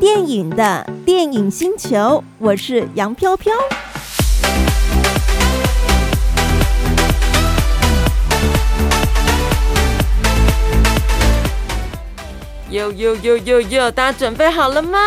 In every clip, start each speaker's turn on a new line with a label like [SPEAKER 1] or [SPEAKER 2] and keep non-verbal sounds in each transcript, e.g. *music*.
[SPEAKER 1] 电影的电影星球，我是杨飘飘。
[SPEAKER 2] 呦呦呦呦呦，大家准备好了吗？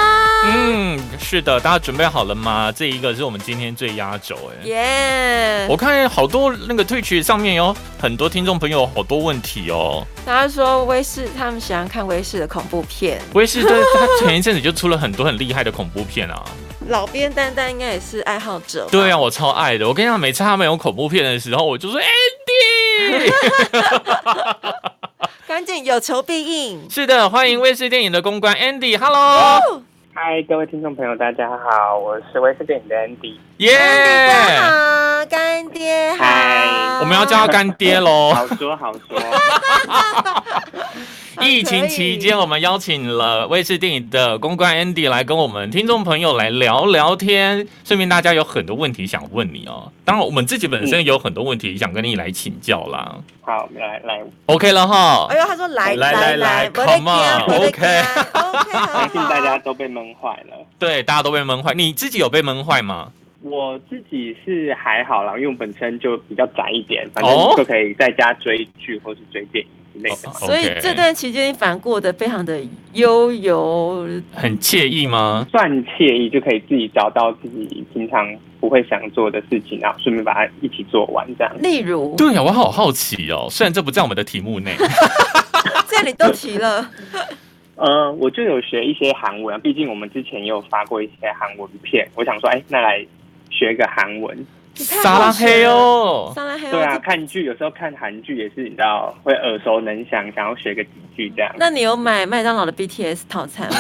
[SPEAKER 3] 嗯，是的，大家准备好了吗？这一个是我们今天最压轴哎。
[SPEAKER 2] 耶、
[SPEAKER 3] 我看好多那个 Twitch 上面有很多听众朋友好多问题哦。
[SPEAKER 2] 大家说威视他们喜欢看威视的恐怖片，
[SPEAKER 3] 威士对他前一阵子就出了很多很厉害的恐怖片啊。
[SPEAKER 2] 老编丹丹应该也是哎爱好者。
[SPEAKER 3] 对啊，，我超爱的。我跟你讲，每次他们有恐怖片的时候，我就说 Andy。
[SPEAKER 2] *laughs* 赶紧有求必应。
[SPEAKER 3] 是的，欢迎卫视电影的公关 Andy，Hello，
[SPEAKER 4] 嗨，各位听众朋友，大家好，我是威士电影的 Andy。
[SPEAKER 3] 耶
[SPEAKER 2] 干爹
[SPEAKER 1] 哦
[SPEAKER 2] 好，干爹好
[SPEAKER 4] 嗨，
[SPEAKER 3] 我们要叫他干爹喽。
[SPEAKER 4] 好说好
[SPEAKER 3] *laughs*
[SPEAKER 4] 说，
[SPEAKER 2] 啊
[SPEAKER 3] 疫情期间，我们邀请了卫视电影的公关 Andy 来跟我们听众朋友来聊聊天，顺便大家有很多问题想问你哦。当然，我们自己本身有很多问题想跟你来请教啦。
[SPEAKER 4] 好，来来，
[SPEAKER 3] OK 了哈
[SPEAKER 2] 哎，呦，他说来
[SPEAKER 3] 来
[SPEAKER 2] 来
[SPEAKER 3] 来
[SPEAKER 2] 我在
[SPEAKER 3] come on，
[SPEAKER 2] 我在
[SPEAKER 3] OK
[SPEAKER 2] OK，好
[SPEAKER 4] 相信 *laughs* 大
[SPEAKER 2] 好
[SPEAKER 4] 家。都被闷坏了。
[SPEAKER 3] 对，大家都被闷坏，你自己有被闷坏吗？
[SPEAKER 4] 我自己是还好啦，因为我本身就比较宅一点，反
[SPEAKER 3] 哦
[SPEAKER 4] 正就可以在家追剧或是追电影之类的嘛。
[SPEAKER 3] 哦
[SPEAKER 2] 所以
[SPEAKER 3] OK
[SPEAKER 2] 这段期间，你反而过得非常的悠游，
[SPEAKER 3] 很惬意吗？
[SPEAKER 4] 算惬意，就可以自己找到自己平常不会想做的事情，然后顺便把它一起做完，这样。
[SPEAKER 2] 例如，
[SPEAKER 3] 对啊呀，我好好奇哦。虽然这不在我们的题目内，
[SPEAKER 2] 这里都提了，
[SPEAKER 4] 呃，我就有学一些韩文啊，毕竟我们之前也有发过一些韩文片，我想说，哎，那来学个韩文。
[SPEAKER 2] *laughs* 你太好
[SPEAKER 3] 撒拉黑哦。
[SPEAKER 2] 上来还有
[SPEAKER 4] 对啊，
[SPEAKER 2] 这，
[SPEAKER 4] 看剧有时候看韩剧也是，你知道会耳熟能详，想要学个几句这样。
[SPEAKER 2] 那你有买麦当劳的 BTS 套
[SPEAKER 4] *laughs*
[SPEAKER 2] 餐吗？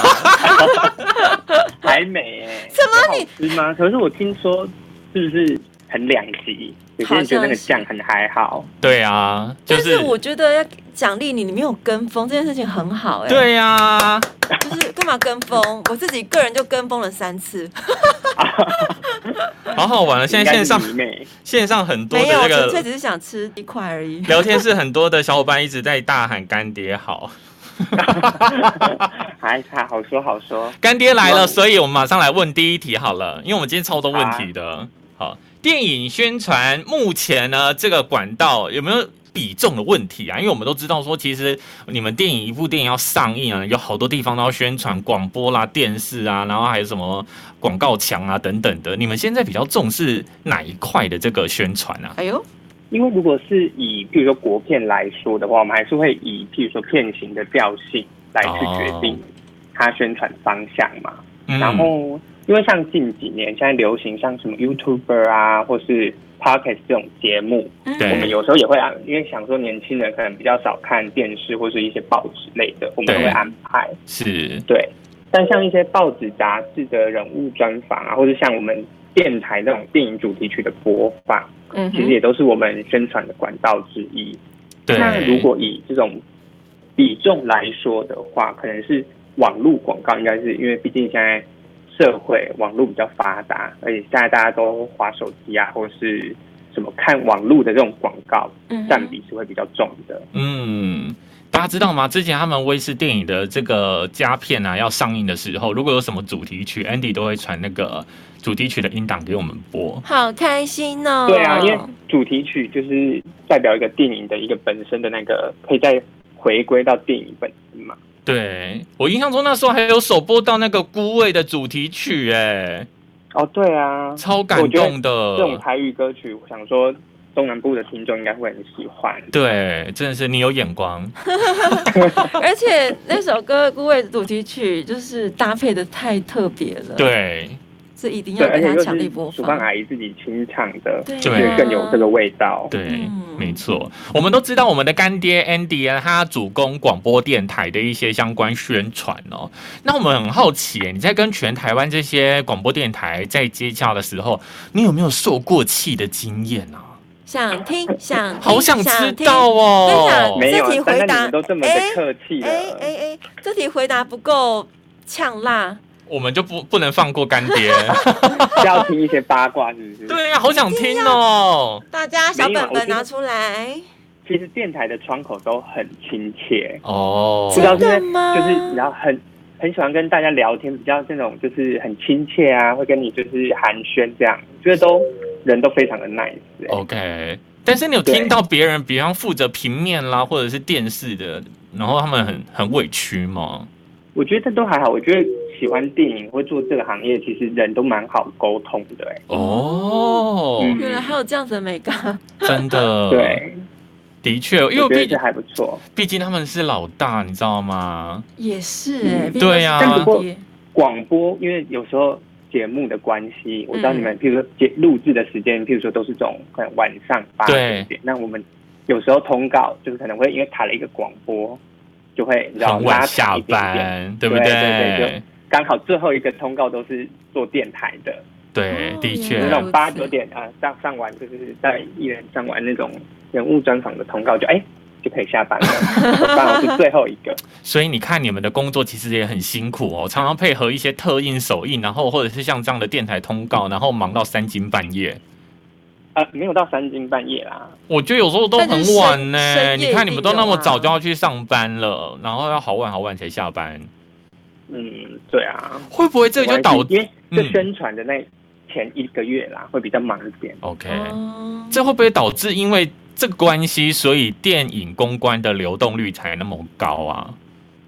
[SPEAKER 4] 还美哎、
[SPEAKER 2] 怎么你
[SPEAKER 4] 你吃吗？可是我听说是不是很两极？有些人觉得那个酱很还好，
[SPEAKER 3] 对啊，就
[SPEAKER 2] 但
[SPEAKER 3] 是
[SPEAKER 2] 是我觉得要奖励你，你没有跟风这件事情很好哎、，
[SPEAKER 3] 对啊呀、
[SPEAKER 2] 就是干嘛跟风？ *laughs* 我自己个人就跟风了三次，
[SPEAKER 3] 好好玩了。现在线上
[SPEAKER 4] 应该是迷
[SPEAKER 3] *laughs*
[SPEAKER 4] 妹
[SPEAKER 3] 线上很多的
[SPEAKER 2] 没有，
[SPEAKER 3] 这
[SPEAKER 2] 纯粹
[SPEAKER 3] 个
[SPEAKER 2] 只是想吃一块
[SPEAKER 4] *laughs*
[SPEAKER 2] 而已。
[SPEAKER 3] 聊天室，很多的小伙伴一直在大喊干爹好，
[SPEAKER 4] 还还好说好说。
[SPEAKER 3] 干爹来了，
[SPEAKER 4] 哇
[SPEAKER 3] 所以我们马上来问第一题好了，因为我们今天超多问题
[SPEAKER 4] 啊
[SPEAKER 3] 的。好，电影宣传目前呢这个管道有没有？比重的问题啊，因为我们都知道说，其实你们电影一部电影要上映啊，有好多地方都要宣传广播啦、电视啊，然后还有什么广告墙啊等等的。你们现在比较重视哪一块的这个宣传啊？
[SPEAKER 2] 哎呦，
[SPEAKER 4] 因为如果是以譬如说国片来说的话，我们还是会以譬如说片型的调性来去决定
[SPEAKER 3] 哦
[SPEAKER 4] 它宣传方向嘛。
[SPEAKER 3] 嗯
[SPEAKER 4] 然后，因为像近几年现在流行像什么 YouTuber 啊，或是 Podcast 这种节目，
[SPEAKER 2] 嗯
[SPEAKER 3] 对
[SPEAKER 4] 我们有时候也会安，因为想说年轻人可能比较少看电视或是一些报纸类的，我们
[SPEAKER 3] 对
[SPEAKER 4] 会安排
[SPEAKER 3] 是
[SPEAKER 4] 对。但像一些报纸、杂志的人物专访啊，或是像我们电台这种电影主题曲的播放，
[SPEAKER 2] 嗯
[SPEAKER 4] 其实
[SPEAKER 2] 哼，
[SPEAKER 4] 也都是我们宣传的管道之一。
[SPEAKER 3] 对。
[SPEAKER 4] 那如果以这种比重来说的话，可能是网络广告，应该是因为毕竟现在社会网络比较发达，而且现在大家都划手机啊，或是什么看网络的这种广告
[SPEAKER 2] 嗯哼
[SPEAKER 4] 占比是会比较重的。
[SPEAKER 3] 嗯，大家知道吗？之前他们威视电影的这个佳片啊，要上映的时候，如果有什么主题曲，Andy 都会传那个主题曲的音档给我们播。
[SPEAKER 2] 好开心哦。
[SPEAKER 4] 对啊，因为主题曲就是代表一个电影的一个本身的那个，可以再回归到电影本身嘛。
[SPEAKER 3] 对我印象中那时候还有首播到那个《孤味》的主题曲、哎，
[SPEAKER 4] 哦，对啊，
[SPEAKER 3] 超感动
[SPEAKER 4] 这种
[SPEAKER 3] 的。
[SPEAKER 4] 台语歌曲，我想说中南部的听众应该会很喜欢。
[SPEAKER 3] 对，真的是你有眼光，
[SPEAKER 2] *laughs* 而且那首歌《孤味》主题曲就是搭配的太特别了，，
[SPEAKER 3] 对，
[SPEAKER 2] 这一定
[SPEAKER 4] 对，
[SPEAKER 2] 要
[SPEAKER 4] 而
[SPEAKER 2] 给
[SPEAKER 4] 且
[SPEAKER 2] 他
[SPEAKER 4] 又
[SPEAKER 2] 强力
[SPEAKER 4] 是
[SPEAKER 2] 播
[SPEAKER 4] 主办
[SPEAKER 2] 放。
[SPEAKER 4] 阿姨自己清唱的，
[SPEAKER 2] 对啊
[SPEAKER 4] 就是更有这个味道。
[SPEAKER 3] 对
[SPEAKER 2] 嗯，
[SPEAKER 3] 没错，我们都知道我们的干爹 Andy 啊，他主攻广播电台的一些相关宣传哦。那我们很好奇耶，你在跟全台湾这些广播电台在接洽的时候，你有没有受过气的经验啊？
[SPEAKER 2] 想
[SPEAKER 4] *laughs*
[SPEAKER 2] 听想听
[SPEAKER 3] 好想知
[SPEAKER 2] 听
[SPEAKER 3] 道哦
[SPEAKER 2] 想。
[SPEAKER 4] 没有
[SPEAKER 2] 自己，回
[SPEAKER 4] 但
[SPEAKER 2] 答
[SPEAKER 4] 是你们都这么的客气了，
[SPEAKER 2] 哎哎哎，这题回答不够呛辣，
[SPEAKER 3] 我们就不不能放过干
[SPEAKER 2] *laughs*
[SPEAKER 3] 爹。
[SPEAKER 2] 哎
[SPEAKER 4] 是 *laughs* 要听一些八卦是不是？，
[SPEAKER 3] 对呀、啊好想听哦。
[SPEAKER 2] 大家小
[SPEAKER 4] 没有啊
[SPEAKER 2] 本本
[SPEAKER 4] 我觉得
[SPEAKER 2] 拿出来。
[SPEAKER 4] 其实电台的窗口都很亲切，
[SPEAKER 3] 哦
[SPEAKER 4] 不知，道是不
[SPEAKER 2] 真
[SPEAKER 4] 是
[SPEAKER 2] 的吗
[SPEAKER 4] 就是然后很很喜欢跟大家聊天，比较那种就是很亲切啊，会跟你就是寒暄这样，觉得都人都非常的 nice、欸。
[SPEAKER 3] 哦 OK，但是你有
[SPEAKER 4] 对
[SPEAKER 3] 听到别人，比方负责平面啦，或者是电视的，然后他们很很委屈吗？
[SPEAKER 4] 我觉得都还好，我觉得喜欢电影或做这个行业，其实人都蛮好沟通的、欸。
[SPEAKER 3] 哦，
[SPEAKER 4] 嗯
[SPEAKER 2] 原来还有这样子的美感，
[SPEAKER 3] 真的，，
[SPEAKER 4] *laughs* 对，
[SPEAKER 3] 的确，嗯因为
[SPEAKER 4] 我觉得
[SPEAKER 3] 毕
[SPEAKER 4] 这还不错。
[SPEAKER 3] 毕竟他们是老大，你知道吗？
[SPEAKER 2] *laughs* 也是哎、
[SPEAKER 4] 嗯
[SPEAKER 2] 毕竟
[SPEAKER 3] 对啊
[SPEAKER 2] 是
[SPEAKER 4] 但不过
[SPEAKER 2] 爹
[SPEAKER 4] 广播，因为有时候节目的关系，我知道
[SPEAKER 2] 嗯
[SPEAKER 4] 你们，譬如说节录制的时间，譬如说都是这种可能晚上八
[SPEAKER 3] 对
[SPEAKER 4] 九点，那我们有时候通告就是可能会因为卡了一个广播，就会你知道
[SPEAKER 3] 很晚
[SPEAKER 4] 拉
[SPEAKER 3] 下
[SPEAKER 4] 长一点点，
[SPEAKER 3] 班，对不
[SPEAKER 4] 对对对刚好最后一个通告都是做电台的，
[SPEAKER 3] 对
[SPEAKER 2] 哦
[SPEAKER 3] 的
[SPEAKER 2] 原
[SPEAKER 3] 确
[SPEAKER 4] 就是
[SPEAKER 2] 来
[SPEAKER 4] 那
[SPEAKER 2] 如
[SPEAKER 4] 种八
[SPEAKER 2] 此
[SPEAKER 4] 九点啊、呃上上完就是在艺人上完那种人物专访的通告就，哎就可以下班了，我刚好是最后一个。 *laughs*
[SPEAKER 3] 所以你看，你们的工作其实也很辛苦哦，常常配合一些特印、首映，然后或者是像这样的电台通告，然后忙到三更半夜。
[SPEAKER 4] 呃，没有到三更半夜啦，
[SPEAKER 3] 我觉得有时候都
[SPEAKER 2] 但
[SPEAKER 3] 很
[SPEAKER 2] 是
[SPEAKER 3] 晚呢、
[SPEAKER 2] 深
[SPEAKER 3] 你
[SPEAKER 2] 夜
[SPEAKER 3] 看
[SPEAKER 2] 一
[SPEAKER 3] 你们
[SPEAKER 2] 定啊
[SPEAKER 3] 都那
[SPEAKER 2] 有
[SPEAKER 3] 么
[SPEAKER 2] 啊
[SPEAKER 3] 早就要去上班了，然后要好晚好晚才下班，
[SPEAKER 4] 嗯，对啊，
[SPEAKER 3] 会不会这就导
[SPEAKER 4] 没关系因为这
[SPEAKER 3] 嗯
[SPEAKER 4] 宣传的那前一个月啦，会比较忙一点。
[SPEAKER 3] OK？、
[SPEAKER 2] 哦
[SPEAKER 3] 这会不会导致因为这个关系，所以电影公关的流动率才那么高啊？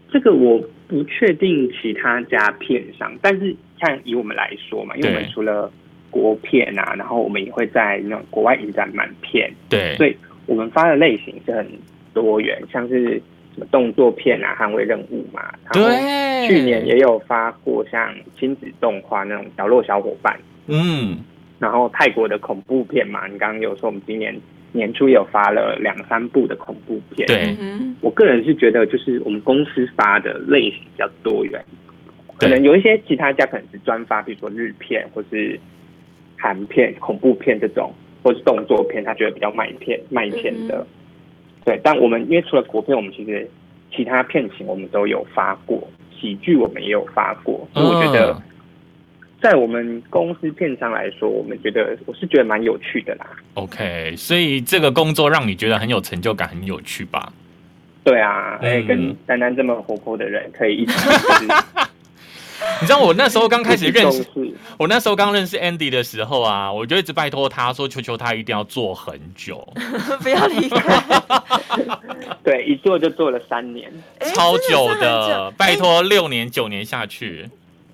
[SPEAKER 4] 这个我不确定其他家片商，但是像以我们来说嘛，因为我们
[SPEAKER 3] 对
[SPEAKER 4] 除了国片啊，然后我们也会在那种国外影展满片，
[SPEAKER 3] 对
[SPEAKER 4] 所以我们发的类型是很多元，像是什么动作片啊、捍卫任务嘛，然后
[SPEAKER 3] 对，
[SPEAKER 4] 去年也有发过像亲子动画那种角落小伙伴，
[SPEAKER 3] 嗯，
[SPEAKER 4] 然后泰国的恐怖片嘛，你刚刚有说我们今年年初也有发了两三部的恐怖片。
[SPEAKER 3] 对
[SPEAKER 2] 嗯
[SPEAKER 4] 我个人是觉得，就是我们公司发的类型比较多元，可
[SPEAKER 3] 对
[SPEAKER 4] 能有一些其他家可能是专发，比如说日片或是韩片、恐怖片这种，或是动作片，他觉得比较卖片卖片的。
[SPEAKER 2] 嗯
[SPEAKER 4] 对，但我们因为除了国片，我们其实其他片型我们都有发过，喜剧我们也有发过，所以我觉得。
[SPEAKER 3] 嗯
[SPEAKER 4] 在我们公司片商来说，我们觉得我是觉得蛮有趣的啦。
[SPEAKER 3] OK，所以这个工作让你觉得很有成就感，很有趣吧？
[SPEAKER 4] 对啊，
[SPEAKER 3] 嗯
[SPEAKER 4] 哎、跟丹丹这么活泼的人可以
[SPEAKER 3] *laughs*
[SPEAKER 4] 一起，就是
[SPEAKER 3] 你知道我那时候刚开始认
[SPEAKER 4] *laughs* 一
[SPEAKER 3] 识
[SPEAKER 4] 起，重视
[SPEAKER 3] 我那时候刚认识 Andy 的时候啊，我就一直拜托他说：“求求他一定要做很久，
[SPEAKER 2] 哼 *laughs* 不要离开，
[SPEAKER 4] 对，一做就做了三年。
[SPEAKER 2] 哎
[SPEAKER 3] *laughs* 超久
[SPEAKER 2] 真是很久
[SPEAKER 3] 拜托六年九年下去。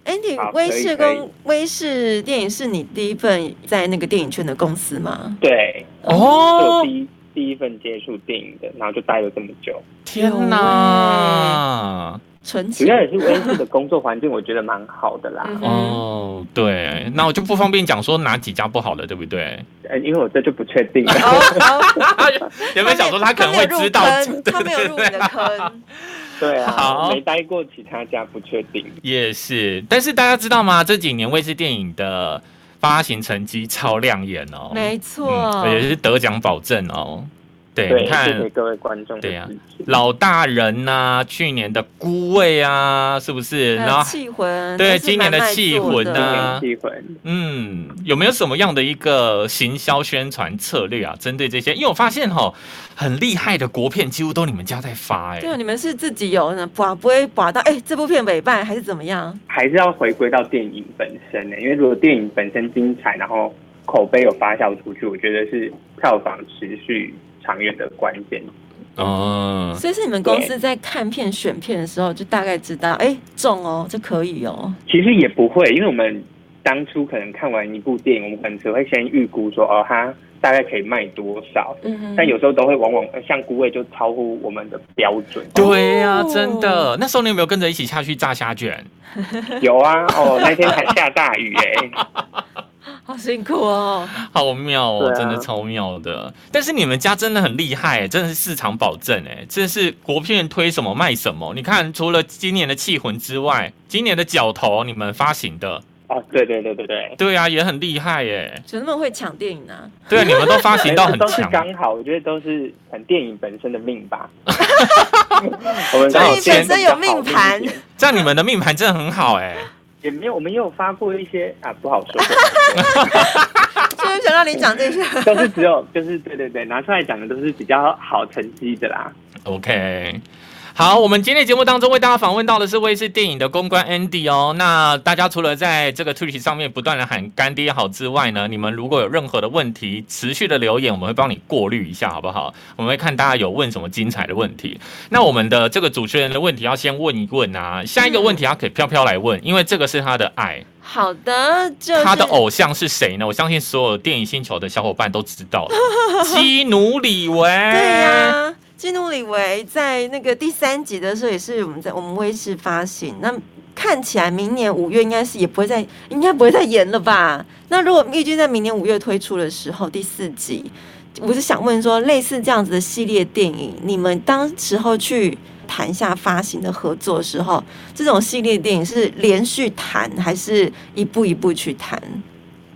[SPEAKER 2] Andy，
[SPEAKER 4] 好
[SPEAKER 2] 威
[SPEAKER 4] 可以
[SPEAKER 2] 视
[SPEAKER 4] 可以
[SPEAKER 2] 公威视电影是你第一份在那个电影圈的公司吗？
[SPEAKER 4] 对，
[SPEAKER 2] 哎
[SPEAKER 4] 这是我
[SPEAKER 3] 哦，
[SPEAKER 4] 第一第一份接触电影的，然后就待了这么久。
[SPEAKER 3] 天哪！
[SPEAKER 2] 纯
[SPEAKER 4] 主
[SPEAKER 2] 情
[SPEAKER 4] 要也是温室的工作环境，我觉得蛮好的啦。
[SPEAKER 2] 嗯
[SPEAKER 3] 哦，对，那我就不方便讲说哪几家不好了，对不
[SPEAKER 2] *laughs*
[SPEAKER 3] 对？
[SPEAKER 4] 呃，因为我这就不确定了。
[SPEAKER 3] *laughs*
[SPEAKER 2] 哦，
[SPEAKER 3] 有没有想说他可能会知道？ *laughs* 嗯
[SPEAKER 2] 他没有入你的坑，
[SPEAKER 4] *laughs* 对
[SPEAKER 3] 好
[SPEAKER 4] 啊，没待过其他家，不确定。
[SPEAKER 3] 也是，但是大家知道吗？这几年卫视电影的发行成绩超亮眼哦，
[SPEAKER 2] 没错，
[SPEAKER 3] 也是得奖保证哦。对，
[SPEAKER 4] 对，
[SPEAKER 3] 你看
[SPEAKER 4] 谢谢各位观众的
[SPEAKER 3] 对啊
[SPEAKER 4] 支持。
[SPEAKER 3] 老大人呐、去年的孤味啊，是不是？
[SPEAKER 2] 还
[SPEAKER 3] 然
[SPEAKER 2] 有
[SPEAKER 3] 后，
[SPEAKER 2] 气魂
[SPEAKER 3] 对
[SPEAKER 2] 都是
[SPEAKER 3] 今年的
[SPEAKER 2] 蛮卖
[SPEAKER 3] 气
[SPEAKER 2] 座
[SPEAKER 3] 魂
[SPEAKER 2] 的
[SPEAKER 3] 啊
[SPEAKER 4] 今年机会。
[SPEAKER 3] 嗯，有没有什么样的一个行销宣传策略啊？针对这些，因为我发现哈、很厉害的国片几乎都你们家在发、
[SPEAKER 2] 对，啊
[SPEAKER 3] 哎，
[SPEAKER 2] 你们是自己有呢，把不会把到哎、这部片尾败还是怎么样？
[SPEAKER 4] 还是要回归到电影本身呢、因为如果电影本身精彩，然后口碑有发酵出去，我觉得是票房持续长远的关键。
[SPEAKER 3] 哦，
[SPEAKER 2] 所以是你们公司在看片选片的时候就大概知道，哎、中哦，这可以哦，
[SPEAKER 4] 其实也不会，因为我们当初可能看完一部电影，我们可能只会先预估说，哦，它大概可以卖多少，
[SPEAKER 2] 嗯哼，
[SPEAKER 3] 哎
[SPEAKER 4] 但有时候都会往往呃像孤味就超乎我们的标准。
[SPEAKER 3] 对呀、
[SPEAKER 2] 哦
[SPEAKER 3] 真的。那时候你有没有跟着一起下去炸虾卷？
[SPEAKER 4] 有啊，哦，那天还下大雨哎、
[SPEAKER 2] 好辛苦哦，
[SPEAKER 3] 好妙哦，
[SPEAKER 4] 对啊
[SPEAKER 3] 真的超妙的。但是你们家真的很厉害，欸真的是市场保证哎，这是国片推什么卖什么。你看，除了今年的《气魂》之外，今年的《角头》你们发行的，
[SPEAKER 4] 哦，对对对对对。
[SPEAKER 3] 对啊，也很厉害哎。
[SPEAKER 2] 怎么那么会抢电影呢、
[SPEAKER 3] 对啊，你们都发行到很
[SPEAKER 4] 哎 *laughs* 都是
[SPEAKER 3] 强。
[SPEAKER 4] 刚好，我觉得都是很电影本身的命吧。我们
[SPEAKER 3] 电
[SPEAKER 4] 刚好
[SPEAKER 3] 影本
[SPEAKER 2] 身有命盘
[SPEAKER 3] 这样你们的命盘真的很好哎、
[SPEAKER 4] 也没有，我们也有发过一些啊，不好说，
[SPEAKER 2] *laughs* 就是想让你讲这些，
[SPEAKER 4] 都是只有就是对对对，拿出来讲的都是比较好成绩的啦。
[SPEAKER 3] OK，好，我们今天节目当中为大家访问到的是卫视电影的公关 Andy 哦。那大家除了在这个 Twitch 上面不断的喊干爹好之外呢，你们如果有任何的问题，持续的留言，我们会帮你过滤一下，好不好？我们会看大家有问什么精彩的问题。那我们的这个主持人的问题要先问一问啊，下一个问题要给飘飘来问，因为这个是他的
[SPEAKER 2] *laughs*
[SPEAKER 3] 爱，
[SPEAKER 2] 好的，就是
[SPEAKER 3] 他的偶像是谁呢？我相信所有电影星球的小伙伴都知
[SPEAKER 2] *laughs*
[SPEAKER 3] 道了，基努里维。
[SPEAKER 2] 对呀、基努里维在那个第三集的时候，也是我们在我们卫视发行。那看起来明年五月应该是也不会再，应该不会再演了吧？那如果预计在明年五月推出的时候，第四集，我是想问说，类似这样子的系列电影，你们当时候去谈下发行的合作的时候，这种系列电影是连续谈，还是一步一步去谈？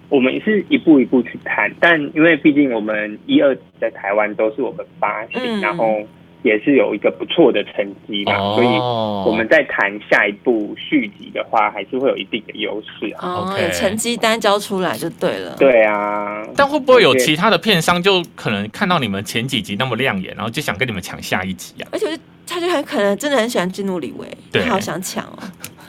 [SPEAKER 4] 我们是一步一步去谈，但因为毕竟我们一二在台湾都是我们发行，
[SPEAKER 2] 嗯
[SPEAKER 4] 然后也是有一个不错的成绩啦，啊所以
[SPEAKER 3] 哦
[SPEAKER 4] 我们在谈下一部续集的话，还是会有一定的优势啊。
[SPEAKER 2] 哦
[SPEAKER 3] OK
[SPEAKER 2] 有成绩单交出来就对了。
[SPEAKER 4] 对啊，
[SPEAKER 3] 但会不会有其他的片商就可能看到你们前几集那么亮眼，然后就想跟你们抢下一集啊？
[SPEAKER 2] 而且我就他就很可能真的很喜欢基努里维，
[SPEAKER 3] 对
[SPEAKER 2] 他好想抢哦。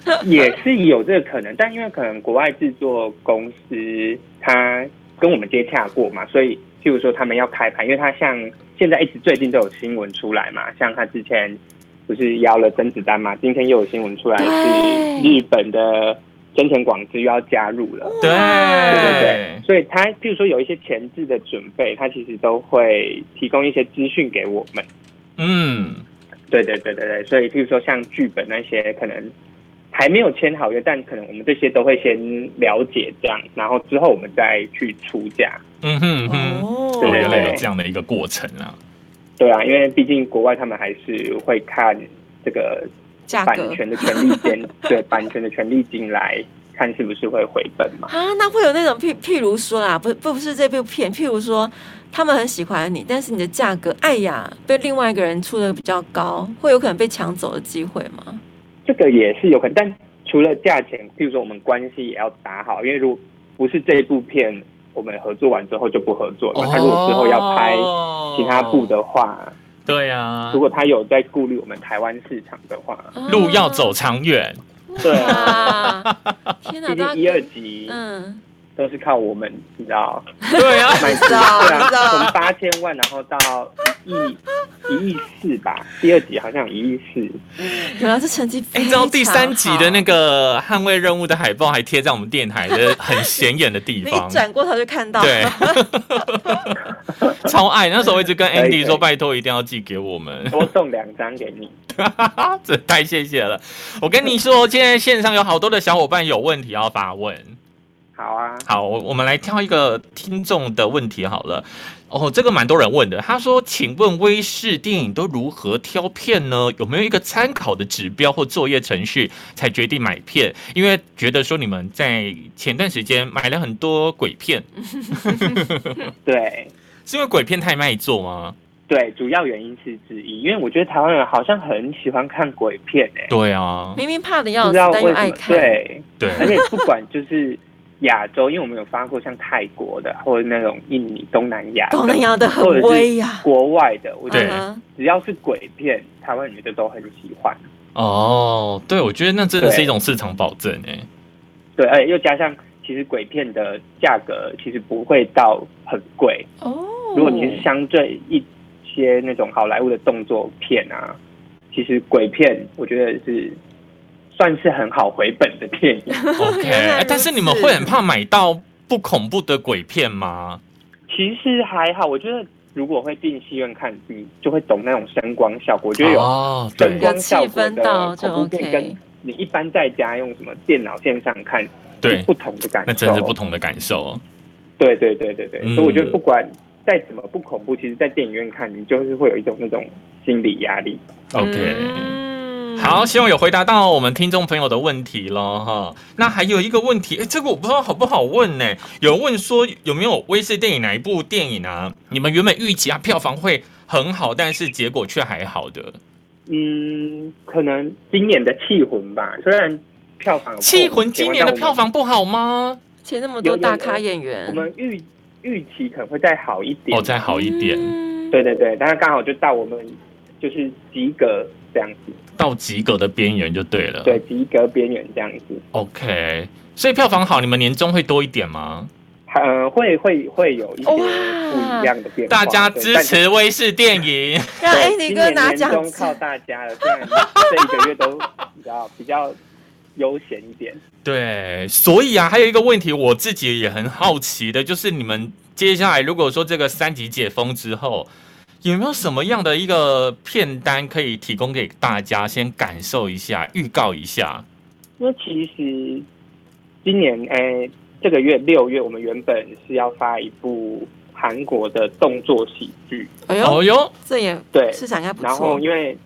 [SPEAKER 4] *laughs* 也是有这个可能，但因为可能国外制作公司它跟我们接洽过嘛，所以譬如说他们要开盘，因为它像现在一直最近都有新闻出来嘛，像他之前不是邀了甄子丹嘛，今天又有新闻出来是
[SPEAKER 2] 对
[SPEAKER 4] 日本的真田广之又要加入了。
[SPEAKER 3] 对
[SPEAKER 4] 对对对，所以他譬如说有一些前置的准备，他其实都会提供一些资讯给我们。
[SPEAKER 3] 嗯，
[SPEAKER 4] 对对对对对，所以譬如说像剧本那些，可能还没有签好约，但可能我们这些都会先了解这样，然后之后我们再去出价。
[SPEAKER 3] 嗯哼嗯哼，
[SPEAKER 2] 哦
[SPEAKER 3] 对，
[SPEAKER 4] 对
[SPEAKER 3] 原来有
[SPEAKER 4] 对
[SPEAKER 3] 这样的一个过程啊。
[SPEAKER 4] 对啊，因为毕竟国外他们还是会看这个
[SPEAKER 2] 价
[SPEAKER 4] 版
[SPEAKER 2] 格
[SPEAKER 4] 权的权利
[SPEAKER 2] *laughs*
[SPEAKER 4] 金，对版权的权利金来看是不是会回本嘛。
[SPEAKER 2] 啊，那会有那种譬譬如说啦，不不不是这部片，譬如说他们很喜欢你，但是你的价格，哎呀，被另外一个人出的比较高，会有可能被抢走的机会吗？
[SPEAKER 4] 这个也是有可能，但除了价钱，譬如说我们关系也要打好，因为如果不是这一部片，我们合作完之后就不合作了哦
[SPEAKER 2] 哦
[SPEAKER 4] 嘛。他如果之后要拍其他部，的话，
[SPEAKER 3] 哦对啊
[SPEAKER 4] 如，果他有在顾虑我们台湾市场的话，
[SPEAKER 2] 啊
[SPEAKER 3] 路要走长远，
[SPEAKER 4] 对啊，
[SPEAKER 2] 哇！天哪，
[SPEAKER 4] 毕
[SPEAKER 2] 都
[SPEAKER 4] 竟啊
[SPEAKER 2] 要
[SPEAKER 4] 一二集
[SPEAKER 2] 嗯，
[SPEAKER 4] 都是靠我们，你知道，
[SPEAKER 3] *laughs* 对啊，
[SPEAKER 4] 卖出
[SPEAKER 2] 知
[SPEAKER 4] *laughs* 对
[SPEAKER 2] 道知
[SPEAKER 4] 啊，
[SPEAKER 2] 道
[SPEAKER 4] 从八千万然后到一亿一亿四吧，第二集好像有一亿四，
[SPEAKER 2] 原来这成绩非
[SPEAKER 3] 哎你
[SPEAKER 2] 常好，哦
[SPEAKER 3] 知道第三集的那个捍卫任务的海报还贴在我们电台的很显眼的地
[SPEAKER 2] 你
[SPEAKER 3] 方
[SPEAKER 2] 一，转过头就看
[SPEAKER 3] *laughs*
[SPEAKER 2] 到，
[SPEAKER 3] 对，超爱。那时候我一直跟
[SPEAKER 4] 可以
[SPEAKER 3] Andy
[SPEAKER 4] 可
[SPEAKER 3] 说，
[SPEAKER 4] 以
[SPEAKER 3] 拜托一定要寄给我们。
[SPEAKER 4] 多送两张给你。
[SPEAKER 3] *laughs* 这啊太谢谢了！我跟你说，现在线上有好多的小伙伴有问题要发问。
[SPEAKER 4] 好啊，
[SPEAKER 3] 好，我我们来挑一个听众的问题好了。哦，这个蛮多人问的。他说：“请问威视电影都如何挑片呢？有没有一个参考的指标或作业程序才决定买片？因为觉得说你们在前段时间买了很多鬼片，
[SPEAKER 4] 对。
[SPEAKER 3] 是因为鬼片太卖座吗？
[SPEAKER 4] 对，主要原因是之一，因为我觉得台湾人好像很喜欢看鬼片诶、
[SPEAKER 3] 对啊，
[SPEAKER 2] 明明怕的要
[SPEAKER 4] 不
[SPEAKER 2] 死
[SPEAKER 4] 知道，
[SPEAKER 2] 但
[SPEAKER 4] 为
[SPEAKER 2] 又
[SPEAKER 4] 什
[SPEAKER 2] 爱
[SPEAKER 4] 么。
[SPEAKER 2] 看，，
[SPEAKER 4] 对，
[SPEAKER 3] 对，
[SPEAKER 4] 而且不管就是亚洲，因为我们有发过像泰国的，或者那种印尼、东南亚的、
[SPEAKER 2] 东南亚的很
[SPEAKER 4] 或者是
[SPEAKER 2] 威呀
[SPEAKER 4] 国外的，我觉
[SPEAKER 3] 对
[SPEAKER 2] 嗯
[SPEAKER 4] 得
[SPEAKER 2] 哼
[SPEAKER 4] 只要是鬼片，台湾女的都很喜欢。
[SPEAKER 3] 哦，对，我觉得那真的是
[SPEAKER 4] 对
[SPEAKER 3] 一种市场保证哎、
[SPEAKER 4] 对，而且又加上，其实鬼片的价格其实不会到很贵，
[SPEAKER 2] 哦，
[SPEAKER 4] 如果你是相对一些那种好莱坞的动作片啊，其实鬼片我觉得是算是很好回本的
[SPEAKER 2] *laughs*
[SPEAKER 4] 电影。
[SPEAKER 3] OK，
[SPEAKER 2] 原来
[SPEAKER 3] 哎
[SPEAKER 2] 如
[SPEAKER 3] 但是你们
[SPEAKER 2] 此
[SPEAKER 3] 会很怕买到不恐怖的鬼片吗？
[SPEAKER 4] 其实还好，我觉得如果会进戏院看，你就会懂那种声光效果。我觉得有
[SPEAKER 3] 哦，
[SPEAKER 4] 声
[SPEAKER 3] 对
[SPEAKER 4] 光效果
[SPEAKER 2] 有气氛到
[SPEAKER 4] 的
[SPEAKER 2] 就
[SPEAKER 4] 恐怖片，
[SPEAKER 2] OK
[SPEAKER 4] 跟你一般在家用什么电脑线上看是 *laughs*
[SPEAKER 3] 对
[SPEAKER 4] 不，同的感受，
[SPEAKER 3] 那真是不。同的感受。
[SPEAKER 4] 对对对对对，
[SPEAKER 3] 嗯
[SPEAKER 4] 所以我觉得不管再怎么不恐怖，其实在电影院看，你就是会有一种那种心理压力。
[SPEAKER 3] OK，
[SPEAKER 2] 哦嗯
[SPEAKER 3] 好，希望有回答到我们听众朋友的问题喽哈。那还有一个问题，哎，这个我不知道好不好问呢？有人问说有没有威视电影哪一部电影啊？你们原本预期啊票房会很好，但是结果却还好的。
[SPEAKER 4] 嗯，可能今年的《气魂》吧，虽然票房
[SPEAKER 3] 《
[SPEAKER 4] 有破
[SPEAKER 3] 气魂》
[SPEAKER 4] 5000
[SPEAKER 3] 今年的
[SPEAKER 4] 万但
[SPEAKER 3] 票
[SPEAKER 4] 我们
[SPEAKER 3] 房不好吗？
[SPEAKER 2] 且那么多大咖演员，
[SPEAKER 4] 我们预预期可能会再
[SPEAKER 3] 哦
[SPEAKER 4] 好一点。
[SPEAKER 3] 哦，再好一点。
[SPEAKER 2] 嗯
[SPEAKER 4] 对对对，但是刚好就到我们就是及格这样子，
[SPEAKER 3] 到及格的边缘就对了。
[SPEAKER 4] 对，及格边缘这样子。
[SPEAKER 3] ，OK。所以票房好，你们年终会多一点吗？
[SPEAKER 4] 呃，会会会有一些
[SPEAKER 2] 哇
[SPEAKER 4] 不一样的变化。
[SPEAKER 3] 哦大家
[SPEAKER 4] 对
[SPEAKER 3] 支
[SPEAKER 4] 但
[SPEAKER 3] 持威视电影，
[SPEAKER 2] 让
[SPEAKER 4] 对
[SPEAKER 2] Andy 哥拿
[SPEAKER 4] 今年年
[SPEAKER 2] 奖
[SPEAKER 4] 终
[SPEAKER 2] 金
[SPEAKER 4] 靠。大家了，虽然这
[SPEAKER 2] *laughs*
[SPEAKER 4] 一个月都比较比较悠闲一点。
[SPEAKER 3] 对，所以啊，还有一个问题，我自己也很好奇的，就是你们接下来如果说这个三级解封之后，有没有什么样的一个片单可以提供给大家，先感受一下，预告一下？
[SPEAKER 4] 因为其实今年诶、这个月六月，我们原本是要发一部韩国的动作喜剧，
[SPEAKER 2] 哎呦，
[SPEAKER 3] 哦哟，
[SPEAKER 2] 这也
[SPEAKER 4] 对，
[SPEAKER 2] 市场应该不
[SPEAKER 4] 然后
[SPEAKER 2] 错。
[SPEAKER 4] 因为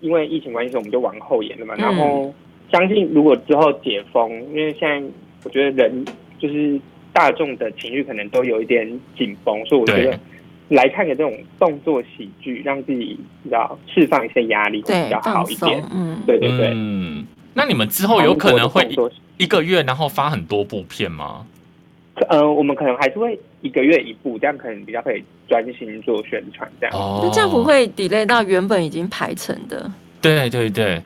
[SPEAKER 4] 因为疫情关系，我们就往后延了嘛。
[SPEAKER 2] 嗯
[SPEAKER 4] 然后相信如果之后解封，因为现在我觉得人就是大众的情绪可能都有一点紧绷，所以我觉
[SPEAKER 3] 对
[SPEAKER 4] 得来看个这种动作喜剧，让自己你知道释放一些压力会
[SPEAKER 2] 对
[SPEAKER 4] 比较，
[SPEAKER 2] 放
[SPEAKER 4] 好一点
[SPEAKER 2] 松。，嗯，
[SPEAKER 4] 对对对。
[SPEAKER 3] 嗯，那你们之后有可能会
[SPEAKER 4] 韩国的动作
[SPEAKER 3] 一一个月然后发很多部片吗？
[SPEAKER 4] 呃，我们可能还是会一个月一部，这样可能比较可以专心做宣传。这样，
[SPEAKER 3] 哦
[SPEAKER 2] 那，这样不？会 delay 到原本已经排成的。
[SPEAKER 3] 对对对，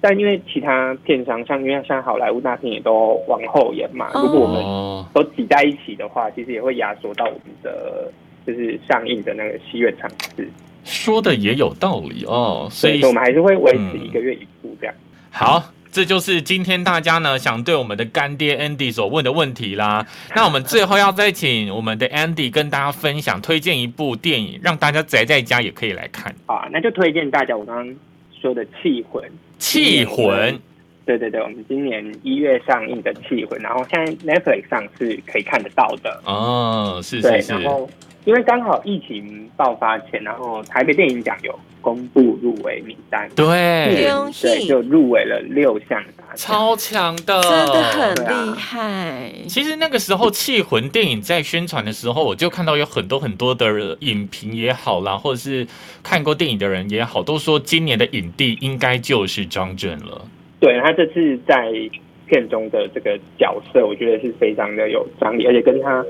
[SPEAKER 4] 但因为其他片商像因为像好莱坞大片也都往后延嘛，如果我们
[SPEAKER 3] 哦，
[SPEAKER 4] 都挤在一起的话，其实也会压缩到我们的就是上映的那个戏院场次，
[SPEAKER 3] 说的也有道理哦，所
[SPEAKER 4] 对
[SPEAKER 3] 以
[SPEAKER 4] 所以我们还是会维持一个月一部这样。
[SPEAKER 3] 好，这就是今天大家呢想对我们的干爹 Andy 所问的问题啦。那我们最后要再请我们的 Andy 跟大家分享推荐一部电影，让大家宅在家也可以来看《
[SPEAKER 4] 好啊，那就推荐大家我刚刚说的《气魂》。
[SPEAKER 3] 气魂》。
[SPEAKER 4] 对对对，我们今年一月上映的《气魂》，然后现在 Netflix 上是可以看得到的。
[SPEAKER 3] 哦，是
[SPEAKER 4] 对
[SPEAKER 3] 是，是
[SPEAKER 4] 然，后因为刚好疫情爆发前，然后台北电影奖有公布入围名单，
[SPEAKER 3] 对，
[SPEAKER 2] 恭喜
[SPEAKER 4] 对，就入围了六项大奖。
[SPEAKER 3] 超强的，
[SPEAKER 2] 真的很
[SPEAKER 4] 对啊
[SPEAKER 2] 厉害。
[SPEAKER 3] *laughs* 其实那个时候《气魂》电影在宣传的时候，我就看到有很多很多的影评也好啦，或者是看过电影的人也好，都说今年的影帝应该就是张震了。
[SPEAKER 4] 对，他这次在片中的这个角色，我觉得是非常的有张力，而且跟他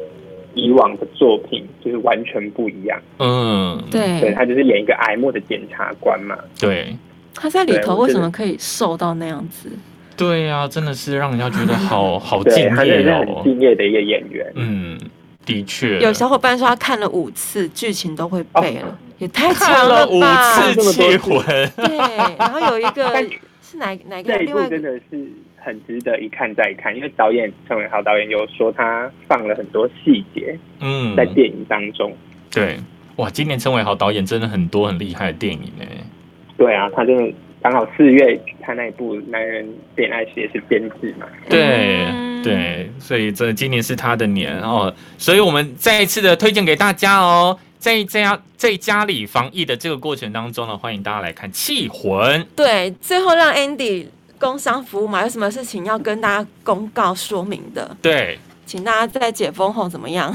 [SPEAKER 4] 以往的作品就是完全不一样。
[SPEAKER 3] 嗯，
[SPEAKER 4] 对
[SPEAKER 2] 对，
[SPEAKER 4] 他就是演一个癌末的检察官嘛，
[SPEAKER 3] 对，
[SPEAKER 2] 他在里
[SPEAKER 4] 对
[SPEAKER 2] 头
[SPEAKER 4] 我
[SPEAKER 2] 为
[SPEAKER 4] 觉
[SPEAKER 2] 什
[SPEAKER 4] 得
[SPEAKER 2] 么可以瘦到那样子？
[SPEAKER 3] 对呀、真的是让人家觉得好好敬
[SPEAKER 4] 对他真的
[SPEAKER 3] 业
[SPEAKER 4] 是很
[SPEAKER 3] 哦。
[SPEAKER 4] 敬业的一个演员。
[SPEAKER 3] 嗯，的确，
[SPEAKER 2] 有小伙伴说他看了五次，剧情都会背了，也太
[SPEAKER 3] 哦看
[SPEAKER 2] 强
[SPEAKER 3] 了五
[SPEAKER 2] 吧
[SPEAKER 3] 次？
[SPEAKER 4] 这么多
[SPEAKER 3] 气
[SPEAKER 4] 次
[SPEAKER 3] *laughs* 魂，
[SPEAKER 2] 对，然后有一个
[SPEAKER 4] *laughs* 但
[SPEAKER 2] 是哪哪个
[SPEAKER 4] 这一
[SPEAKER 2] 另
[SPEAKER 4] 部
[SPEAKER 2] 外一
[SPEAKER 4] 真
[SPEAKER 2] 个
[SPEAKER 4] 的是很值得一看再看，因为导演陈伟豪导演有说他放了很多细节
[SPEAKER 3] 嗯
[SPEAKER 4] 在，电影当中。
[SPEAKER 3] 对，哇，今年陈伟豪导演真的很多很厉害的电影呢。
[SPEAKER 4] 对啊，他真的刚好四月他那一部《男人恋爱时》也是编制嘛，
[SPEAKER 3] 对、
[SPEAKER 2] 嗯
[SPEAKER 3] 对，所以这今年是他的年哦，所以我们再一次的推荐给大家哦，在家在家里防疫的这个过程当中呢，欢迎大家来看《气魂》。
[SPEAKER 2] 对，最后让 Andy 工商服务嘛，有什么事情要跟大家公告说明的，
[SPEAKER 3] 对，
[SPEAKER 2] 请大家在解封后怎么样？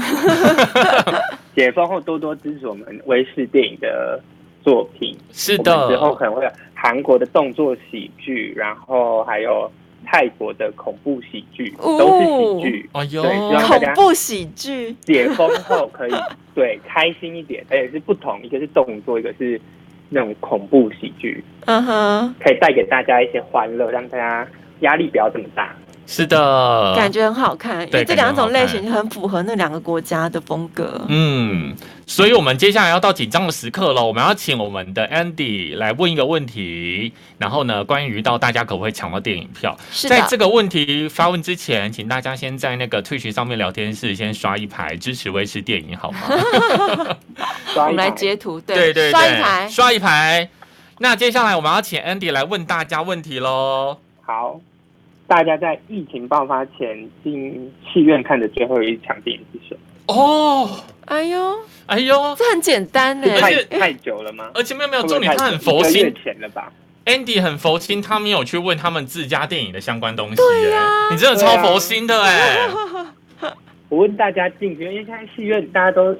[SPEAKER 4] 解封后多多支持我们威视电影的作品。
[SPEAKER 3] 是
[SPEAKER 4] 我们之后
[SPEAKER 3] 的，
[SPEAKER 4] 可能会有韩国的动作喜剧，然后还有泰国的恐怖喜剧，
[SPEAKER 2] 哦
[SPEAKER 4] 都是喜剧。
[SPEAKER 3] 哎呦
[SPEAKER 4] 对，希望大
[SPEAKER 2] 恐
[SPEAKER 4] 家
[SPEAKER 2] 怖喜剧，
[SPEAKER 4] 解封后可以对开心一点，而且是不同，一个是动作，一个是那种恐怖喜剧，
[SPEAKER 2] 嗯哼，
[SPEAKER 4] 可以带给大家一些欢乐，让大家压力不要这么大。
[SPEAKER 3] 是的，
[SPEAKER 2] 感觉很好看，因
[SPEAKER 3] 呃对
[SPEAKER 2] 为这两种类
[SPEAKER 3] 感觉很好看
[SPEAKER 2] 型很符合那两个国家的风格。
[SPEAKER 3] 嗯，所以我们接下来要到紧张的时刻了，我们要请我们的 Andy 来问一个问题，然后呢，关于到大家可不可以抢到电影票，
[SPEAKER 2] 是
[SPEAKER 3] 在
[SPEAKER 2] 的
[SPEAKER 3] 这，个问题发问之前，请大家先在那个退群上面聊天室先刷一排支持威视电影
[SPEAKER 2] *laughs*
[SPEAKER 3] 好吗？
[SPEAKER 4] 我
[SPEAKER 2] 我们来截图，
[SPEAKER 3] 对对，
[SPEAKER 2] 刷一排。
[SPEAKER 3] 刷一排。那接下来我们要请 Andy 来问大家问题喽。
[SPEAKER 4] 好，大家在疫情爆发前进戏院看的最后一场电影是什么？
[SPEAKER 3] 哦，
[SPEAKER 2] 哎呦，
[SPEAKER 3] 哎呦，
[SPEAKER 2] 这很简单呢
[SPEAKER 4] 是。
[SPEAKER 3] 而
[SPEAKER 4] 太
[SPEAKER 3] 且
[SPEAKER 4] 太久了吗？
[SPEAKER 3] 而且没有没有，
[SPEAKER 4] 会
[SPEAKER 3] 重
[SPEAKER 4] 不会太
[SPEAKER 3] 点
[SPEAKER 4] 久
[SPEAKER 3] 他很佛
[SPEAKER 4] 一个月
[SPEAKER 3] 心
[SPEAKER 4] 前了吧？
[SPEAKER 3] ，Andy 很佛心，他没有去问他们自家电影的相关东西、对呀、你真的超佛心的哎、
[SPEAKER 4] 我问大家进去，因为现在戏院大家都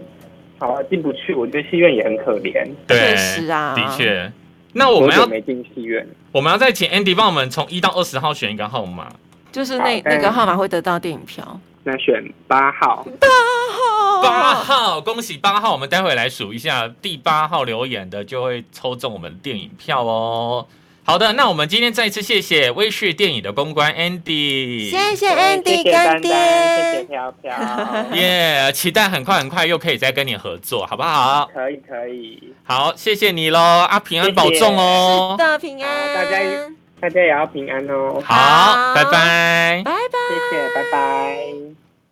[SPEAKER 4] 好啊，进不去，我觉得戏院也很可怜，
[SPEAKER 3] 对，
[SPEAKER 2] 确实啊
[SPEAKER 3] 的确。那我
[SPEAKER 4] 多
[SPEAKER 3] 们
[SPEAKER 4] 久
[SPEAKER 3] 要
[SPEAKER 4] 没进戏院了？
[SPEAKER 3] 我们要再请 Andy 帮我们从一到二十号选一个号码。
[SPEAKER 2] *laughs* 就是那
[SPEAKER 4] 好
[SPEAKER 2] 那个
[SPEAKER 4] 嗯
[SPEAKER 2] 号码会得到电影票。
[SPEAKER 4] 那选八号，
[SPEAKER 2] 哦，
[SPEAKER 3] 八
[SPEAKER 2] 哦，
[SPEAKER 3] 号，恭喜八号！我们待会来数一下，第八号留言的就会抽中我们电影票哦。好的，那我们今天再次谢谢威视电影的公关 Andy，
[SPEAKER 2] 谢谢
[SPEAKER 4] 谢
[SPEAKER 2] Andy
[SPEAKER 4] 嗯谢丹
[SPEAKER 2] 干
[SPEAKER 4] 丹，谢谢
[SPEAKER 2] 爹，
[SPEAKER 4] 飘
[SPEAKER 2] *laughs*
[SPEAKER 4] 飘，
[SPEAKER 3] 耶期待很快很快又可以再跟你合作，好不好？
[SPEAKER 4] 可以可以，
[SPEAKER 3] 好，谢谢你喽，啊，平安
[SPEAKER 4] 谢谢
[SPEAKER 3] 保重哦。
[SPEAKER 2] 大平安，
[SPEAKER 4] 好大家大家也要平安哦，
[SPEAKER 3] 好，拜
[SPEAKER 2] 好
[SPEAKER 3] 拜。
[SPEAKER 2] 拜拜。
[SPEAKER 4] 谢谢，拜拜。